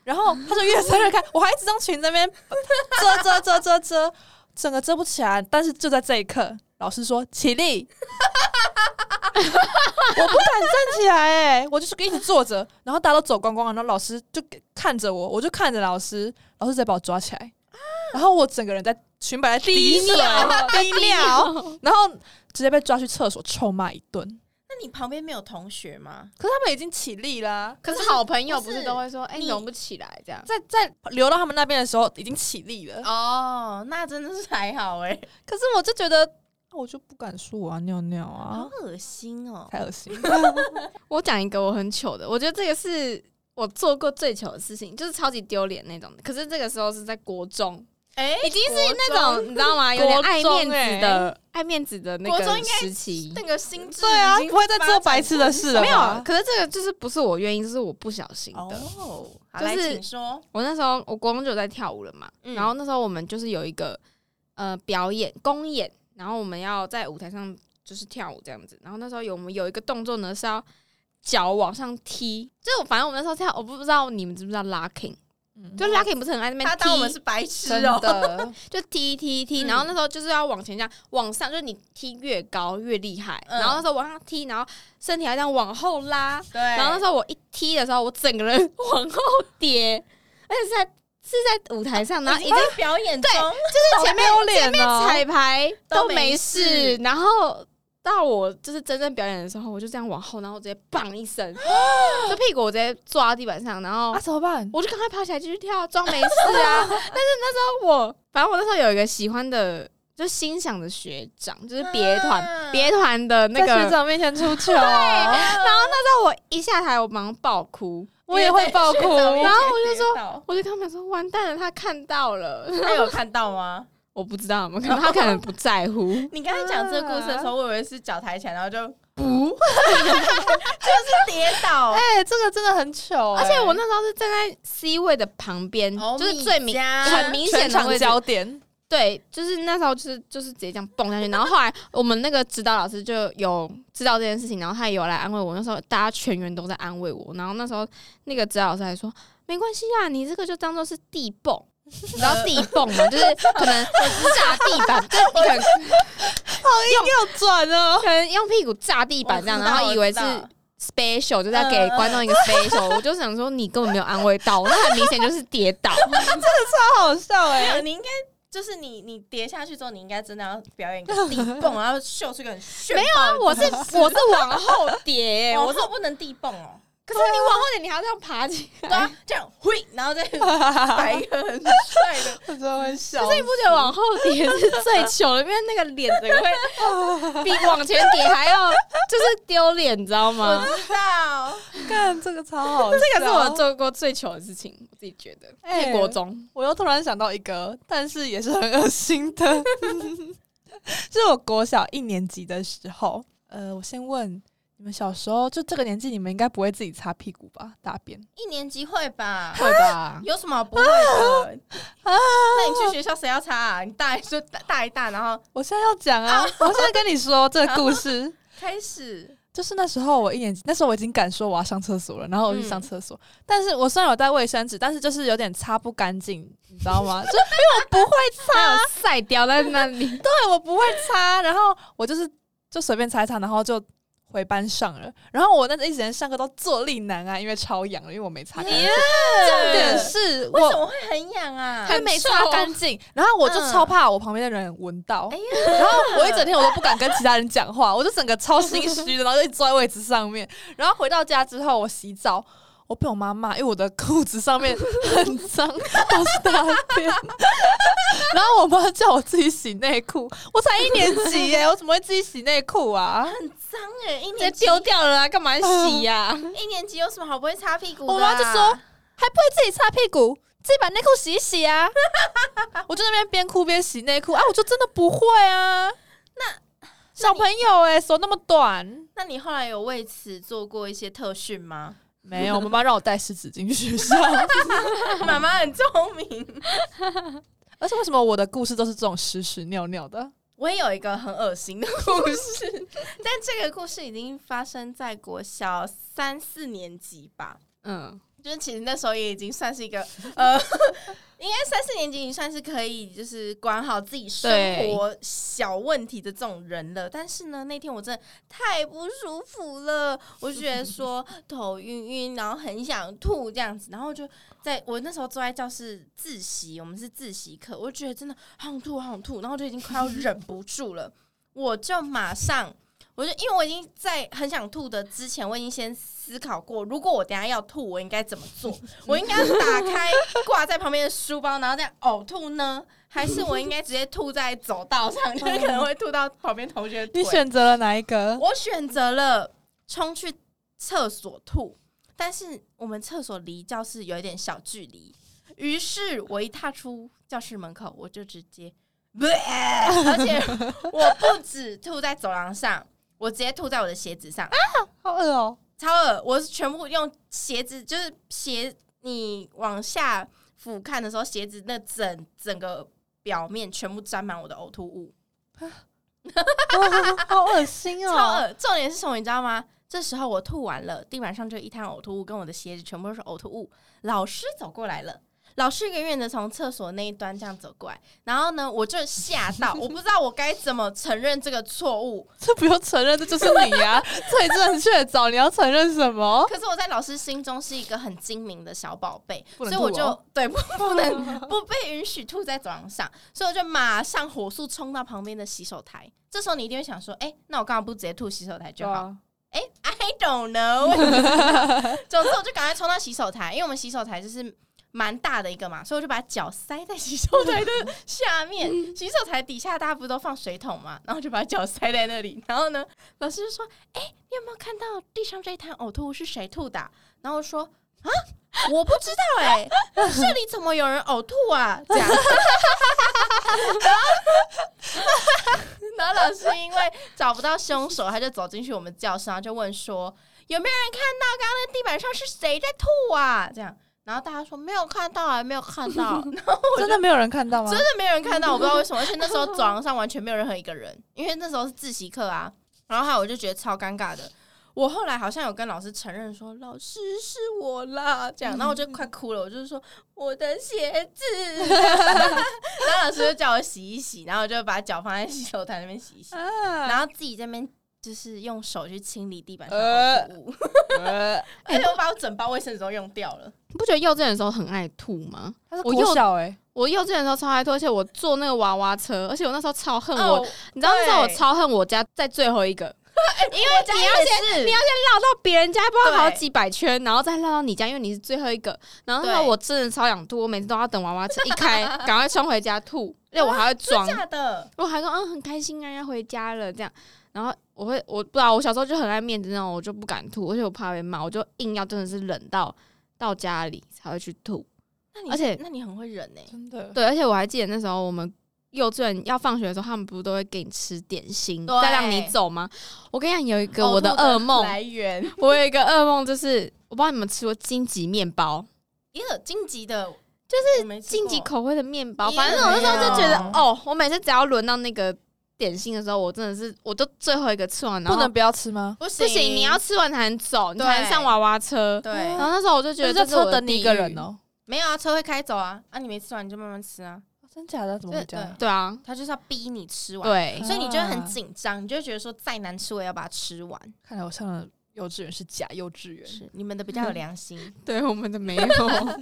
Speaker 4: 然后它就越散越开，我还一直用裙在那边遮遮遮遮遮，整个遮不起来。但是就在这一刻，老师说起立，我不敢站起来哎、我就是一直坐着，然后大家都走光光了，然后老师就给看着我，我就看着老师，老师直接把我抓起来，然后我整个人在裙摆 在滴水滴尿，然后直接被抓去厕所臭骂一顿。
Speaker 3: 那你旁边没有同学吗？
Speaker 4: 可是他们已经起立啦、
Speaker 5: 可是好朋友
Speaker 3: 不
Speaker 5: 不
Speaker 3: 是
Speaker 5: 是都会说，哎、
Speaker 3: 你
Speaker 5: 你融不起来这样。
Speaker 4: 在在流到他们那边的时候已经起立了，
Speaker 3: 哦，那真的是还好哎、
Speaker 4: 可是我就觉得我就不敢说我要尿尿
Speaker 3: 好
Speaker 4: 啊，
Speaker 3: 恶心哦！
Speaker 4: 太恶 心。
Speaker 5: 我讲一个我很糗的，我觉得这个是我做过最糗的事情，就是超级丢脸那种的。可是这个时候是在国中，
Speaker 3: 哎、
Speaker 5: 已经是那种你知道吗？有点爱面子的、爱面子的那
Speaker 3: 国中应
Speaker 5: 个
Speaker 3: 该
Speaker 5: 时期。
Speaker 3: 那个心智
Speaker 4: 对啊，
Speaker 3: 已经
Speaker 4: 不会再做白痴的事了吧。
Speaker 5: 没有，啊可是这个就是不是我愿意，就是我不小心的。
Speaker 3: 哦，好
Speaker 5: 就
Speaker 3: 来，
Speaker 5: 是
Speaker 3: 请说。
Speaker 5: 我那时候我国中就有在跳舞了嘛，
Speaker 3: 嗯
Speaker 5: 然后那时候我们就是有一个呃表演公演，然后我们要在舞台上就是跳舞这样子，然后那时候有我们有一个动作呢是要脚往上踢，就是我反正我们那时候跳，我不知道你们知不知道 locking，
Speaker 4: 嗯
Speaker 5: 就 locking 不是很爱那边
Speaker 3: 他
Speaker 5: 踢，
Speaker 3: 当我们是白痴
Speaker 4: 真
Speaker 3: 哦、
Speaker 4: 的，
Speaker 5: 就踢踢踢，
Speaker 3: 嗯
Speaker 5: 然后那时候就是要往前这样往上，就是你踢越高越厉害，
Speaker 3: 嗯
Speaker 5: 然后那时候往上踢，然后身体还这样往后拉，
Speaker 3: 对，
Speaker 5: 然后那时候我一踢的时候，我整个人往后跌，而且是在是在舞台上，然后已
Speaker 3: 已
Speaker 5: 经
Speaker 3: 经表演中，
Speaker 5: 就是前面
Speaker 4: 好丢脸哦
Speaker 5: 彩排
Speaker 3: 都
Speaker 5: 都
Speaker 3: 没
Speaker 5: 没
Speaker 3: 事
Speaker 5: 事，然后到我就是真正表演的时候，我就这样往后，然后直接砰一声， 就屁股我直接坐到地板上，然后
Speaker 4: 啊，怎么办？
Speaker 5: 我就赶快爬起来继续跳，装没事啊。但是那时候我，反正我那时候有一个喜欢的，就欣赏的学长，就是别团
Speaker 3: 啊
Speaker 5: 别团的那
Speaker 4: 在学
Speaker 5: 个。
Speaker 4: 长面 前出糗，
Speaker 5: 然后那时候我一下台，我马上爆哭，哦
Speaker 4: 我也会爆哭。
Speaker 5: 然后我就说
Speaker 3: 说，
Speaker 5: 我就跟他们说，完蛋了，他看到了，
Speaker 3: 他有看到吗？
Speaker 5: 我不知道有没有看到，他可能不在 乎。
Speaker 3: 你刚才讲这个故事的时候，我以为是脚抬起来，然后就不， 就是跌倒。
Speaker 4: 哎、这个真的很糗、
Speaker 5: 而且我那时候是站在 C 位的旁边，
Speaker 3: 哦
Speaker 5: 就是最明
Speaker 3: 米家
Speaker 5: 很明显
Speaker 4: 全
Speaker 5: 的
Speaker 4: 场
Speaker 5: 位置。
Speaker 4: 焦点，
Speaker 5: 对，就是那时候就是就是直接这样蹦下去，然后后来我们那个指导老师就有知道这件事情，然后他也有来安慰我。那时候大家全员都在安慰我，然后那时候那个指导老师还说没关系啊，你这个就当做是地蹦。你知道地蹦吗？就是可 能炸地板，就是你可能
Speaker 4: 要转哦。
Speaker 5: 可能用屁股炸地板这样，
Speaker 3: 我知
Speaker 5: 然
Speaker 3: 道
Speaker 5: 后以为是
Speaker 3: 我知道嗯
Speaker 5: special，就是要给观众一个 special。我就想说你根本没有安慰到我，那很明显就是跌倒。
Speaker 4: 超 好笑 哎、
Speaker 3: 没有，你应该就是你，你跌下去之后，你应该真的要表演一个地蹦，然后秀出一个很炫。
Speaker 5: 没有啊，我是我是往后跌、
Speaker 3: 有，
Speaker 5: 我啊
Speaker 3: 我
Speaker 5: 是
Speaker 3: 说不能地蹦 哦。
Speaker 5: 可是你往后点，你还要这样爬起来，
Speaker 3: 对啊，这样会，然后再摆一个很帅的。
Speaker 4: 我真的会笑。
Speaker 5: 可是你不觉得往后跌是 最糗的？因为那个脸整个会 比往前跌还要就是丢脸，你知道吗？
Speaker 3: 知道，
Speaker 4: 看这个超好笑，
Speaker 5: 这个是我做过最糗的事情，我自己觉得。
Speaker 4: 哎
Speaker 5: 在国中，
Speaker 4: 我又突然想到一个，但是也是很恶心的， 就是我国小一年级的时候，呃，我先问你们小时候就这个年纪，你们应该不会自己擦屁股吧？大便
Speaker 3: 一年级会吧？
Speaker 5: 对吧？
Speaker 3: 有什么不会的？那你去学校谁要擦啊？你大一就大大一大，然后
Speaker 4: 我现在要讲啊，我现在跟你说这个故事。
Speaker 3: 开始
Speaker 4: 就是那时候我一年级，那时候我已经敢说我要上厕所了，然后我就上厕所。但是我虽然有带卫生纸，但是就是有点擦不干净，你知道吗？就因为我不会
Speaker 5: 还有
Speaker 4: 擦，
Speaker 5: 晒 掉在那里，
Speaker 4: 对我不会擦，然后我就是就随便擦一擦，然后就回班上了。然后我那一整天上课都坐立难安，因为超痒了，因为我没擦干净。重点是
Speaker 3: 为什
Speaker 4: 我
Speaker 3: 么会很痒啊？
Speaker 4: 还没擦干净，然后我就超怕我旁边的人闻到。
Speaker 3: 哎呀，
Speaker 4: 然后我一整天我都不敢跟其他人讲话，我就整个超心虚的，然后就一直坐在位置上面。然后回到家之后，我洗澡，我被我妈骂，因为我的裤子上面很脏，都是大便。然后我妈叫我自己洗内裤，我才一年级耶，我怎么会自己洗内裤啊？
Speaker 3: 很脏哎、一
Speaker 5: 直接
Speaker 3: 年级
Speaker 5: 丢掉了啊，干嘛洗呀、
Speaker 3: 一年级有什么好不会擦屁股的、啊？
Speaker 4: 我妈就说还不会自己擦屁股，自己把内裤洗一洗啊。我就在那边边哭边洗内裤，啊，我就真的不会啊。那小朋友哎、手那么短。：“
Speaker 3: 那你后来有为此做过一些特训吗
Speaker 4: 没有，我妈妈让我带湿纸巾去学校。？”
Speaker 3: 妈妈很聪明。
Speaker 4: 而且为什么我的故事都是这种屎屎尿尿的？
Speaker 3: 我也有一个很恶心的故事， 但这个故事已经发生在国小三四年级吧。
Speaker 5: 嗯，
Speaker 3: 就是其实那时候也已经算是一个呃， 应该三四年级已经算是可以就是管好自己生活小问题的这种人了。但是呢，那天我真的太不舒服了，我就觉得说头晕晕，然后很想吐这样子，然后就在我那时候坐在教室自习，我们是自习课，我就觉得真的好想吐，好想吐，然后就已经快要忍不住了，我就马上。我就因为我已经在很想吐的之前，我已经先思考过，如果我等一下要吐，我应该怎么做？我应该打 开挂在旁边的书包，然后再呕吐呢，还是我应该直接吐在走道上，就是可能会吐到旁边同学的腿？
Speaker 4: 你选择了哪一个？
Speaker 3: 我选择了冲去厕所吐，但是我们厕所离教室有一点小距离，于是我一踏出教室门口，我就直接，而且我不止吐在走廊上，我直接吐在我的鞋子上，
Speaker 4: 好饿哦！
Speaker 3: 超恶！我是全部用鞋子，就是鞋你往下俯瞰的时候，鞋子那整整个表面全部沾满我的呕吐物。
Speaker 4: 好恶心
Speaker 3: 超
Speaker 4: 哦！
Speaker 3: 恶！重点是什么？你知道吗？这时候我吐完了，地板上就一滩呕吐物，跟我的鞋子全部都是呕吐物。老师走过来了，老师远远的从厕所那一端这样走过来，然后呢，我就吓 到，我不知道我该怎么承认这个错误。
Speaker 4: 这不用承认，这就是你呀、最正确找，你要承认什么？
Speaker 3: 可是我在老师心中是一个很精明的小宝贝，所
Speaker 4: 不能
Speaker 3: 以
Speaker 4: 吐
Speaker 3: 我就
Speaker 4: 哦
Speaker 3: 对 不不能不被允许吐在走廊上，所以我就马上火速冲到旁边的洗手台。这时候你一定会想说，哎、那我干嘛不直接吐洗手台就好？哎、i don't know，我也不知道总之我就赶快冲到洗手台，因为我们洗手台就是蛮大的一个嘛，所以我就把脚塞在洗手台的下面。洗手台底下大家不都放水桶嘛，然后就把脚塞在那里。然后呢，老师就说：“哎、你有没有看到地上这一滩呕吐物是谁吐的啊、然后我说：“啊，我不知道哎、这里怎么有人呕吐啊？”这样。 然后老师因为找不到凶手，他就走进去我们教室，然后就问说：“有没有人看到刚刚那地板上是谁在吐啊？”这样，然后大家说：“没有看到啊，没有看到。”然后我
Speaker 4: 真的没有人看到吗
Speaker 3: 真？的没有人看到，我不知道为什么。而且那时候走廊上完全没有任何一个人，因为那时候是自习课啊。然后还有我就觉得超尴尬的。我后来好像有跟老师承认说，老师是我啦，这样，然后我就快哭了，我就是说我的鞋子， 然后老师就叫我洗一洗，然后我就把脚放在洗手台那边洗一洗，
Speaker 4: 啊，
Speaker 3: 然后自己在那边就是用手去清理地板上的呕吐 物，
Speaker 4: 呃
Speaker 3: 而哎且我把我整包卫生纸都用掉了，
Speaker 5: 你不觉得幼稚园的时候很爱吐吗？
Speaker 4: 他是
Speaker 5: 我
Speaker 4: 国
Speaker 5: 又
Speaker 4: 小哎、
Speaker 5: 我幼稚园的时候超爱吐，而且我坐那个娃娃车，而且我那时候超恨我，
Speaker 3: 哦
Speaker 5: 你知道那时候我
Speaker 3: 对
Speaker 5: 超恨我家在最后一个，
Speaker 3: 哎因为
Speaker 5: 你要
Speaker 3: 先
Speaker 5: 你要先绕到别人家，不知道好
Speaker 3: 对
Speaker 5: 几百圈，然后再绕到你家，因为你是最后一个。然后那时候
Speaker 3: 对
Speaker 5: 我真的超想吐，我每次都要等娃娃车一 开，赶快冲回家吐，因为我还会装，
Speaker 3: 假的，
Speaker 5: 我还说嗯很开心啊要回家了这样。然后我会我不知道，我小时候就很爱面子那种，我就不敢吐，而且我怕被骂，我就硬要真的是忍到到家里才会去吐。
Speaker 3: 那你
Speaker 5: 而且
Speaker 3: 那你很会忍呢、欸
Speaker 4: 真的，
Speaker 5: 对，而且我还记得那时候我们幼稚园要放学的时候，他们不是都会给你吃点心，
Speaker 3: 对哦
Speaker 5: 再让你走吗？我跟你讲，有一个
Speaker 3: 呕
Speaker 5: 我的
Speaker 3: 吐
Speaker 5: 噩梦，
Speaker 3: 来源，
Speaker 5: 我有一个噩梦，就是我不知道你们吃过荆棘面包，
Speaker 3: 也有荆棘的，就是是
Speaker 5: 荆棘口味的面包。
Speaker 3: 一
Speaker 5: 反正我那时候就觉得
Speaker 3: 没，有
Speaker 5: 哦，我每次只要轮到那个点心的时候，我真的是，我就最后一个吃完，然
Speaker 4: 不
Speaker 5: 后
Speaker 4: 能不要吃吗？
Speaker 3: 不
Speaker 5: 不行，你要吃完才能走，你
Speaker 3: 对
Speaker 5: 才能上娃娃车。
Speaker 3: 对
Speaker 5: 然，后那时候我就觉得
Speaker 4: 这
Speaker 5: 这是我
Speaker 4: 车
Speaker 5: 的
Speaker 4: 等你一
Speaker 5: 地
Speaker 4: 个
Speaker 5: 狱
Speaker 4: 人。哦、
Speaker 3: 没有啊，车会开走啊，啊，你没吃完你就慢慢吃啊，
Speaker 4: 哦真假的？怎么会这样？
Speaker 5: 对啊，
Speaker 3: 他就是要逼你吃完，
Speaker 5: 对，
Speaker 3: 所以你就会很
Speaker 4: 啊
Speaker 3: 紧张，你就会觉得说再难吃我也要把它吃完。
Speaker 4: 看来我上了幼稚园是假幼稚园，
Speaker 3: 是你们的比较有良心。
Speaker 5: 对我们的没有。
Speaker 3: 那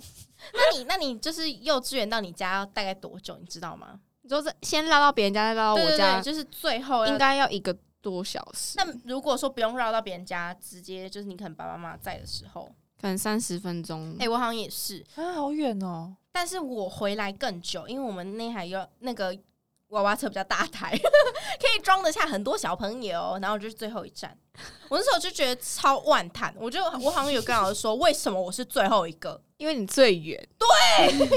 Speaker 3: 你那你就是幼稚园到你家要大概多久，你知道吗？
Speaker 5: 你说这先拉到别人家，再拉到
Speaker 3: 对
Speaker 5: 哦我
Speaker 3: 对
Speaker 5: 家
Speaker 3: 对，，就是最后要
Speaker 5: 应。该要一个多小时，
Speaker 3: 那如果说不用绕到别人家，直接就是你可能爸爸妈妈在的时候，
Speaker 5: 可能三十分钟。
Speaker 3: 哎、我好像也是，
Speaker 4: 啊，好远哦。
Speaker 3: 但是我回来更久，因为我们那台有那个娃娃车比较大台， 可以装得下很多小朋友，然后就是最后一站。我那时候就觉得超万叹，我就我好像有跟老师说，为什么我是最后一个，
Speaker 5: 因为你最远。对，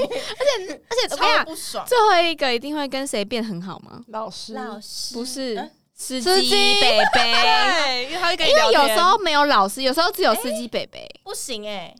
Speaker 5: 而且而且我跟你
Speaker 3: 超
Speaker 5: 讲，
Speaker 3: 不爽。
Speaker 5: 最后一个一定会跟谁变很好吗？
Speaker 4: 老师
Speaker 3: 老师
Speaker 5: 不是
Speaker 3: 嗯
Speaker 5: 司
Speaker 4: 司
Speaker 5: 机
Speaker 4: 机
Speaker 5: 北北，
Speaker 4: 对，因为他会跟你
Speaker 5: 因
Speaker 4: 聊
Speaker 5: 为
Speaker 4: 天，
Speaker 5: 有时候没有老师，有时候只有司机北北。
Speaker 3: 不行哎、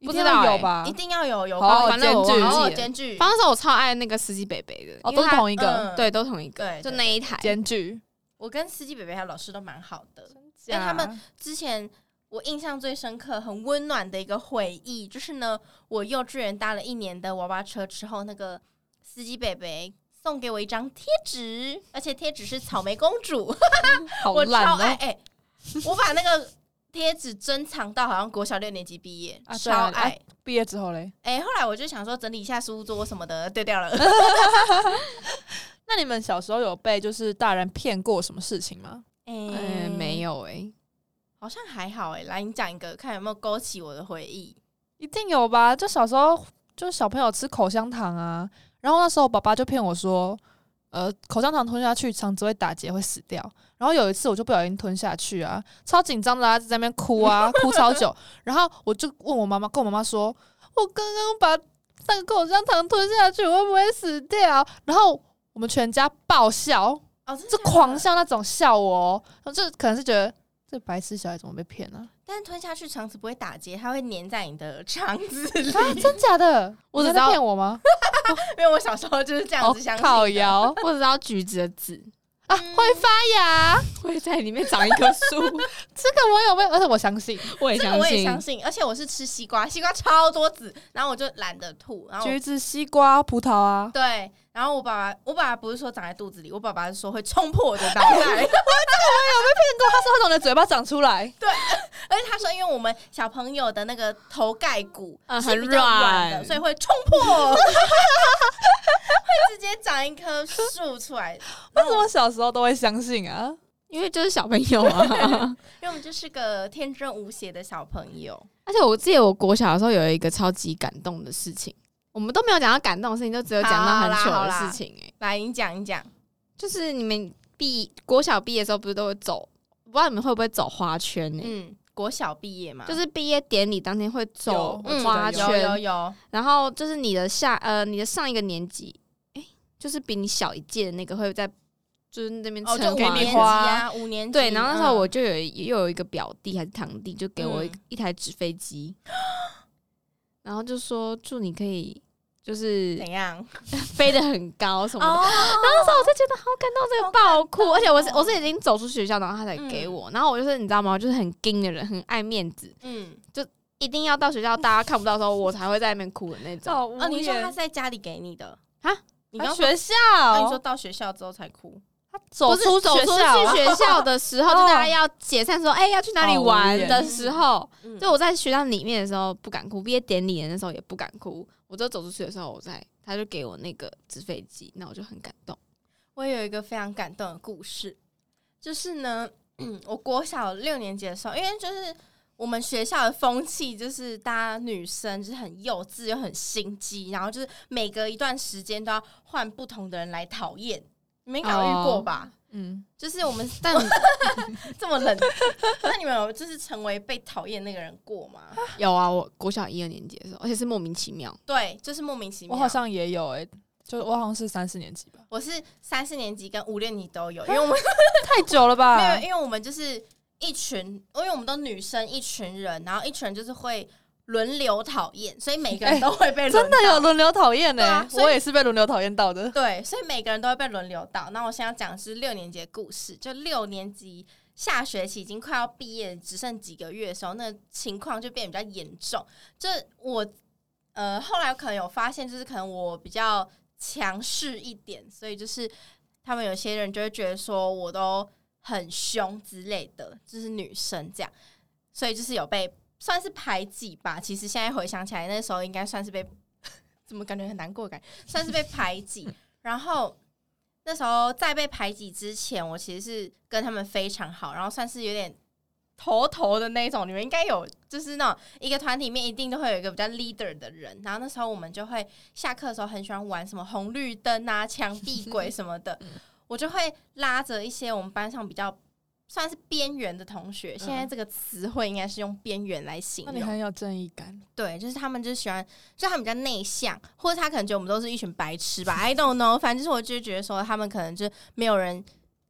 Speaker 4: 一定
Speaker 5: 不知道
Speaker 4: 要
Speaker 5: 欸
Speaker 4: 有吧
Speaker 3: 一？定要有有
Speaker 4: 好
Speaker 3: 关
Speaker 5: 反正我
Speaker 4: 检举
Speaker 3: 然
Speaker 5: 忘记
Speaker 3: 后
Speaker 5: 了
Speaker 3: 间距
Speaker 5: 反正那时候我超爱那个司机北北的，
Speaker 4: 哦，
Speaker 5: 因为
Speaker 4: 都是
Speaker 5: 他
Speaker 4: 同一个
Speaker 3: 嗯
Speaker 5: 对，都同一个，
Speaker 3: 对
Speaker 5: 就
Speaker 3: 对
Speaker 5: 那一台。
Speaker 4: 检举，
Speaker 3: 我跟司机北北还有老师都蛮好的。
Speaker 4: 因为
Speaker 3: 他
Speaker 5: 啊
Speaker 3: 们之前我印象最深刻、很温暖的一个回忆，就是呢，我幼稚园搭了一年的娃娃车之后，那个司机北北送给我一张贴纸，而且贴纸是草莓公主，
Speaker 4: 好
Speaker 3: 我
Speaker 4: 烂
Speaker 3: 超爱
Speaker 4: 哦，
Speaker 3: 哎、我把那个贴纸珍藏到好像国小六年级毕业，
Speaker 4: 啊对
Speaker 3: 超
Speaker 4: 啊
Speaker 3: 爱。
Speaker 4: 毕业之后嘞，
Speaker 3: 哎、后来我就想说整理一下书桌什么的，丢 掉了。
Speaker 4: 那你们小时候有被就是大人骗过什么事情吗？
Speaker 3: 哎
Speaker 5: 嗯，没
Speaker 3: 有，
Speaker 5: 有哎，
Speaker 3: 好像还好哎、来，你讲一个，看有没有勾起我的回忆。
Speaker 4: 一定有吧？就小时候，就是小朋友吃口香糖啊，然后那时候爸爸就骗我说，呃，口香糖吞下去肠子会打结会死掉。然后有一次我就不小心吞下去啊，超紧张的、啊，在那边哭啊， 哭超久。然后我就问我妈妈，跟我妈妈说，我刚刚把那个口香糖吞下去，我会不会死掉？然后我们全家爆笑，
Speaker 3: 哦，真的
Speaker 4: 就
Speaker 3: 假的
Speaker 4: 狂笑那种笑我、哦，就可能是觉得这白痴小孩怎么被骗啊呢、
Speaker 3: 但是吞下去肠子不会打结，它会粘在你的肠子 里。
Speaker 4: 啊，真假的？
Speaker 5: 我只
Speaker 4: 你
Speaker 5: 知
Speaker 4: 在
Speaker 5: 道
Speaker 4: 骗我吗？
Speaker 3: 因为我小时候就是这样
Speaker 4: 哦
Speaker 3: 子相，信。嗯
Speaker 4: 靠摇
Speaker 5: 我只知道橘子的 籽
Speaker 4: 啊，会发芽，
Speaker 5: 会在里面长一棵树，
Speaker 4: 这个我有被，而且我相信
Speaker 5: 我也
Speaker 3: 这
Speaker 5: 相
Speaker 3: 个我也
Speaker 5: 信。
Speaker 3: 相信，而且我是吃西瓜，西瓜超多籽，然后我就懒得吐，然后
Speaker 4: 橘子、西瓜、葡萄 啊，
Speaker 3: 对，然后我爸爸，我爸爸不是说长在肚子里，我爸爸是说会冲破我的脑 袋，
Speaker 4: 它是会从你的嘴巴长出 来，
Speaker 3: 而且他说，因为我们小朋友的那个头盖骨
Speaker 5: 嗯
Speaker 3: 是
Speaker 5: 很
Speaker 3: 比较软的，
Speaker 5: 软
Speaker 3: 所以会冲破， 会直接长一棵树出来。
Speaker 4: 为什么小时候都会相信啊？
Speaker 5: 因为就是小朋友啊。
Speaker 3: 因为我们就是个天真无邪的小朋友，
Speaker 5: 而且我记得我国小的时候有一个超级感动的事情，我们都没有讲到感动的事情，就只有讲到很糗的事情、哎，
Speaker 3: 来，你讲一讲。
Speaker 5: 就是你们毕国小毕业的时候，不是都会走？不知道你们会不会走花圈呢、哎
Speaker 3: 嗯，国小毕业嘛，
Speaker 5: 就是毕业典礼当天会走嗯
Speaker 4: 有我记得
Speaker 5: 花
Speaker 4: 有
Speaker 5: 圈，
Speaker 3: 有有有，
Speaker 5: 然后就是你的下呃你的上一个年级，哎、就是比你小一届的那个会在就是那边
Speaker 3: 哦，
Speaker 5: 称
Speaker 3: 就五
Speaker 5: 花
Speaker 3: 年
Speaker 5: 圈
Speaker 3: 级啊，五年级。
Speaker 5: 对，然后那时候
Speaker 3: 嗯
Speaker 5: 我就有一又有一个表弟还是堂弟，就给我一
Speaker 3: 嗯
Speaker 5: 一台纸飞机，然后就说祝你可以就是
Speaker 3: 怎样？
Speaker 5: 飞得很高什么
Speaker 4: 哦
Speaker 3: 哦 那
Speaker 5: 的。那时候我就觉得好感动，这个爆哭，而且我是
Speaker 3: 哦
Speaker 5: 我是已经走出学校，然后他才给
Speaker 4: 嗯
Speaker 5: 我，然后我就是你知道吗？我就是很硬的人，很爱面子，
Speaker 3: 嗯，
Speaker 5: 一定要到学校大家看不到的时候，我才会在那边哭的那种。
Speaker 4: 无
Speaker 3: 哦，你说他是在家里给你的
Speaker 5: 啊？哦
Speaker 3: 你刚说，
Speaker 4: 学校，
Speaker 3: 那你说到学校之后才哭，
Speaker 4: 哦走
Speaker 5: 不是
Speaker 4: 出
Speaker 5: 走
Speaker 4: 学
Speaker 5: 出
Speaker 4: 校
Speaker 5: 去学校的时候，就
Speaker 4: 哦
Speaker 5: 大家要解散说，哎，要去哪里
Speaker 4: 好无
Speaker 5: 玩
Speaker 4: 言
Speaker 5: 的时候，
Speaker 3: 嗯
Speaker 5: 就我在学校里面的时候不敢哭，毕业典礼的那时候也不敢哭，我就走出去的时候，我在他就给我那个纸飞机，那我就很感动。
Speaker 3: 我有一个非常感动的故事，就是呢， 嗯，我国小六年级的时候，因为就是我们学校的风气就是大家女生就是很幼稚又很心机，然后就是每隔一段时间都要换不同的人来讨厌，你们应该有遇过吧？
Speaker 4: 嗯，
Speaker 3: 就是我们是
Speaker 5: 但
Speaker 3: 这么 冷，那你们有就是成为被讨厌那个人过吗？
Speaker 5: 有啊，我国小一二年级的时候，而且是莫名其妙，
Speaker 3: 对，就是莫名其妙。
Speaker 4: 我好像也有哎，就我好像是三四年级吧，
Speaker 3: 我是三四年级跟五六年级都有，因为我们
Speaker 4: 太久了吧？
Speaker 3: 没有，因为我们就是一群，因为我们都女生一群人，然后一群人就是会轮流讨厌，所以每个人都会被轮、
Speaker 4: 哎真的有。轮流讨厌
Speaker 3: 对
Speaker 4: 呢
Speaker 3: 啊，所以
Speaker 4: 我也是被轮流讨厌到的。
Speaker 3: 对，所以每个人都会被轮流到。那我现在讲的是六年级的故事，就六年级下学期已经快要毕业，只剩几个月的时候，那情况就变得比较严重。就是我，呃，后来可能有发现，就是可能我比较强势一点，所以就是他们有些人就会觉得说我都很凶之类的，就是女生这样，所以就是有被算是排挤吧。其实现在回想起来，那时候应该算是被怎么感觉很难过的感觉，算是被排挤。
Speaker 4: 嗯
Speaker 3: 然后那时候在被排挤之前，我其实是跟他们非常好，然后算是有点头头的那种。你们应该有，就是那种一个团体里面一定都会有一个比较 leader 的人。然后那时候我们就会下课的时候很喜欢玩什么红绿灯啊、墙壁鬼什么的
Speaker 4: 嗯。
Speaker 3: 我就会拉着一些我们班上比较算是边缘的同学，现在这个词汇应该是用边缘来形
Speaker 4: 嗯那
Speaker 3: 容。
Speaker 4: 你很有正义感，
Speaker 3: 对，就是他们就喜欢，就他们比较内向，或者他可能觉得我们都是一群白痴吧，I don't know。反正就是我就觉得说，他们可能就没有人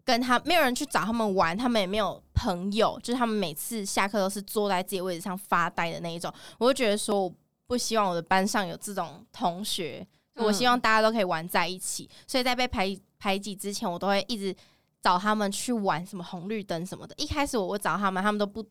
Speaker 3: 跟他，没有人去找他们玩，他们也没有朋友，就是他们每次下课都是坐在自己位置上发呆的那一种。我就觉得说，我不希望我的班上有这种同学，我希望大家都可以玩在一起。所以在被排排挤之前，我都会一直找他们去玩什么红绿灯什么的。一开始我我找他们，他们都不。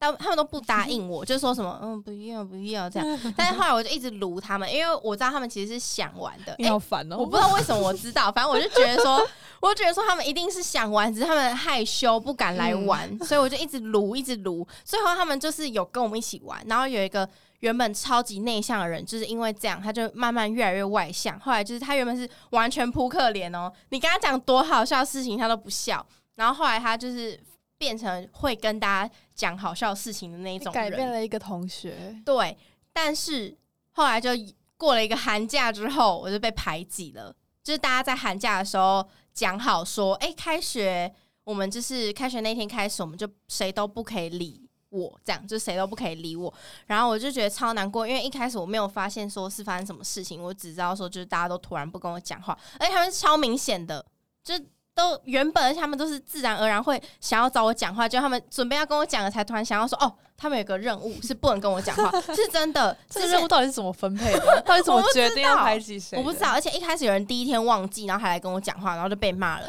Speaker 3: 他他们都不答 应我，就说什么嗯不要不要这样，但是后来我就一直撸他们，因为我知道他们其实是想玩的。
Speaker 4: 你
Speaker 3: 诶
Speaker 4: 好烦哦！
Speaker 3: 我不知道为什么我知道，反正我就觉得 说，我就觉得说他们一定是想玩，只是他们害羞不敢来
Speaker 4: 嗯
Speaker 3: 玩，所以我就一直撸一直撸，最后他们就是有跟我们一起玩，然后有一个原本超级内向的人，就是因为这样，他就慢慢越来越外向，后来就是他原本是完全扑克脸哦，你跟他讲多好笑的事情他都不笑，然后后来他就是变成会跟大家讲好笑的事情的那一
Speaker 4: 你
Speaker 3: 种
Speaker 4: 改
Speaker 3: 人，
Speaker 4: 变了一个同学，
Speaker 3: 对，但是后来就过了一个寒假之后，我就被排挤了。就是大家在寒假的时候讲好说，哎、开学我们就是开学那天开始，我们就谁都不可以理我，这样就谁都不可以理我。然后我就觉得超难过，因为一开始我没有发现说是发生什么事情，我只知道说就是大家都突然不跟我讲话，而且他们是超明显的，就是都原本而且他们都是自然而然会想要找我讲话，就他们准备要跟我讲了，才突然想要说哦，他们有个任务是不能跟我讲话，是真的，
Speaker 4: 这
Speaker 3: 是
Speaker 4: 个任务到底是怎么分配的？ 到底怎么决定要排挤谁？
Speaker 3: 我不知道，，而且一开始有人第一天忘记，然后还来跟我讲话，然后就被骂了，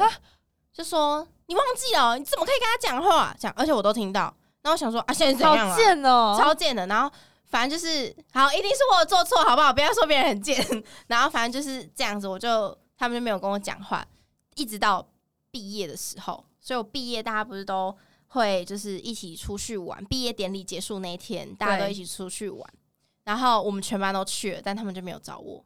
Speaker 3: 就说你忘记了，你怎么可以跟他讲话？这样，而且我都听到。然后我想说啊，现在是怎样了？
Speaker 4: 好贱哦！
Speaker 3: 超贱的。然后反正就是，好，一定是我有做错，好不好？不要说别人很贱。 然后反正就是这样子，我就他们就没有跟我讲话，一直到毕业的时候。所以我毕业，大家不是都会就是一起出去玩，毕业典礼结束那一天，大家都一起出去玩。然后我们全班都去了，但他们就没有找我，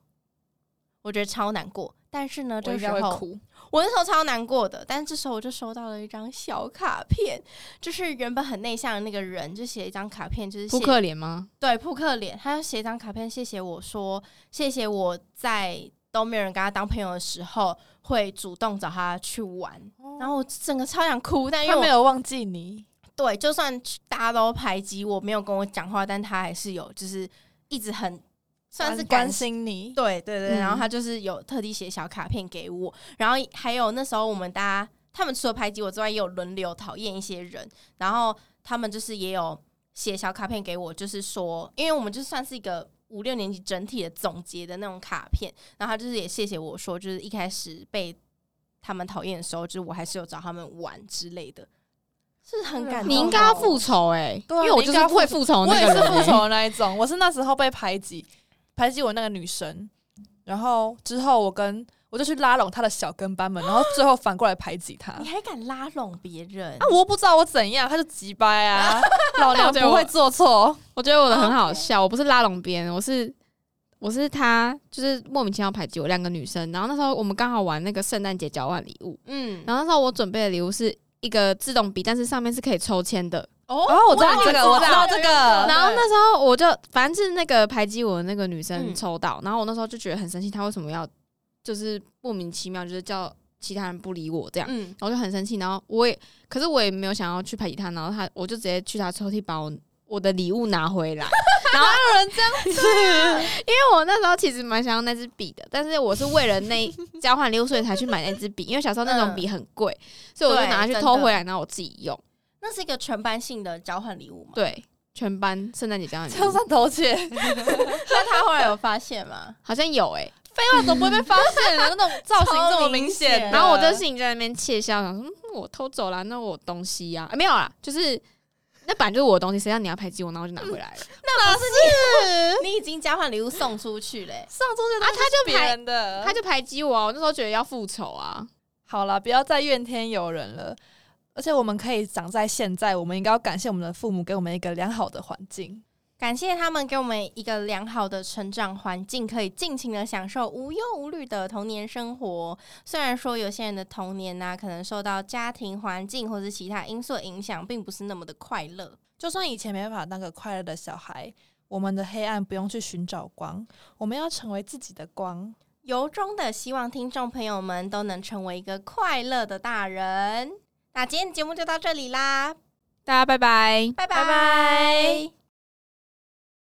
Speaker 3: 我觉得超难过。但是呢，
Speaker 4: 我
Speaker 3: 这
Speaker 4: 应
Speaker 3: 时
Speaker 4: 该会
Speaker 3: 候
Speaker 4: 哭。
Speaker 3: 我那时候超难过的，但是这时候我就收到了一张小卡片，就是原本很内向的那个人就写了一张卡片，就是
Speaker 5: 扑
Speaker 3: 谢
Speaker 5: 克脸吗？
Speaker 3: 对扑克脸，他就写一张卡片谢谢我说谢谢我在都没有人跟他当朋友的时候会主动找他去玩，然后我整个超想哭，但因为
Speaker 4: 哦他
Speaker 3: 我
Speaker 4: 没有忘记你，
Speaker 3: 对，就算大家都排挤我，没有跟我讲话，但他还是有就是一直很算是
Speaker 4: 关
Speaker 3: 感
Speaker 4: 心你。
Speaker 3: 对对对，
Speaker 5: 嗯
Speaker 3: 然后他就是有特地写小卡片给我，然后还有那时候我们大家他们除了排挤我之外，也有轮流讨厌一些人，然后他们就是也有写小卡片给我，就是说，因为我们就算是一个五六年级整体的总结的那种卡片，然后他就是也谢谢我说，就是一开始被他们讨厌的时候，就是我还是有找他们玩之类的，是很感动哦。
Speaker 5: 你应该要复仇哎、
Speaker 4: 对啊
Speaker 5: 因为我就是会复仇
Speaker 4: 我
Speaker 5: 的
Speaker 4: 也
Speaker 5: 那
Speaker 4: 是
Speaker 5: 个人、
Speaker 4: 复仇的哦那一种，我是那时候被排挤，排挤我那个女生，然后之后我跟我就去拉拢她的小跟班们，然后最后反过来排挤她。
Speaker 3: 你
Speaker 4: 啊，
Speaker 3: 还敢拉拢别人？
Speaker 5: 啊
Speaker 4: 我又不知道我怎样，她就急掰 啊，老娘不会做错。
Speaker 5: 我觉得我的很好笑，我不是拉拢别人，我是我是他，就是莫名其妙排挤我两个女生。然后那时候我们刚好玩那个圣诞节交换礼物，
Speaker 3: 嗯，
Speaker 5: 然后那时候我准备的礼物是一个自动笔，但是上面是可以抽签的。
Speaker 3: 哦
Speaker 4: 然后我知道这个，我知道这个，
Speaker 5: 然后那时候我就反正是那个排挤我的那个女生
Speaker 3: 嗯
Speaker 5: 抽到，然后我那时候就觉得很生气，她为什么要就是莫名其妙就是叫其他人不理我这样。
Speaker 3: 嗯，
Speaker 5: 然后就很生气，然后我也，可是我也没有想要去排挤他，然后他我就直接去他抽屉把我我的礼物拿回来， 然后有人这样子，因为我那时候其实蛮想要那支笔的，但是我是为了 那交换礼物所以才去买那支笔，因为小时候那种笔很贵，所以我就拿去
Speaker 3: 嗯对
Speaker 5: 偷
Speaker 3: 真的
Speaker 5: 回来，然后我自己用，
Speaker 3: 那是一个全班性的交换礼物吗？
Speaker 5: 对，全班圣诞节交换礼
Speaker 4: 这样
Speaker 5: 物，
Speaker 4: 算偷 窃，
Speaker 3: 那他后来有发现 吗？
Speaker 5: 好像有哎、
Speaker 4: 废话总不会被发现的，那种造型这么明显的。
Speaker 5: 然啊后我就心里在那边窃笑，想说、嗯、我偷走了，那我东西呀、啊没有啦，就是。那本来就是我的东西，谁让你要排挤我，那我就拿回来了。
Speaker 3: 那不是你，你已经交换礼物送出去嘞、
Speaker 4: 上周
Speaker 5: 啊
Speaker 4: 的东西
Speaker 5: 他
Speaker 4: 是
Speaker 5: 就
Speaker 4: 别
Speaker 5: 排
Speaker 4: 人的，
Speaker 5: 他就排挤我啊，我那时候觉得要复仇啊。
Speaker 4: 好了，不要再怨天尤人了。而且我们可以长在现在，我们应该要感谢我们的父母给我们一个良好的环境。
Speaker 3: 感谢他们给我们一个良好的成长环境，可以尽情的享受无忧无虑的童年生活。虽然说有些人的童年呢、可能受到家庭环境或是其他因素的影响，并不是那么的快乐。
Speaker 4: 就算以前没办法当个快乐的小孩，我们的黑暗不用去寻找光，我们要成为自己的光。
Speaker 3: 由衷的希望听众朋友们都能成为一个快乐的大人。那今天的节目就到这里啦，
Speaker 5: 大家拜拜。
Speaker 3: 拜
Speaker 4: 拜拜
Speaker 3: 拜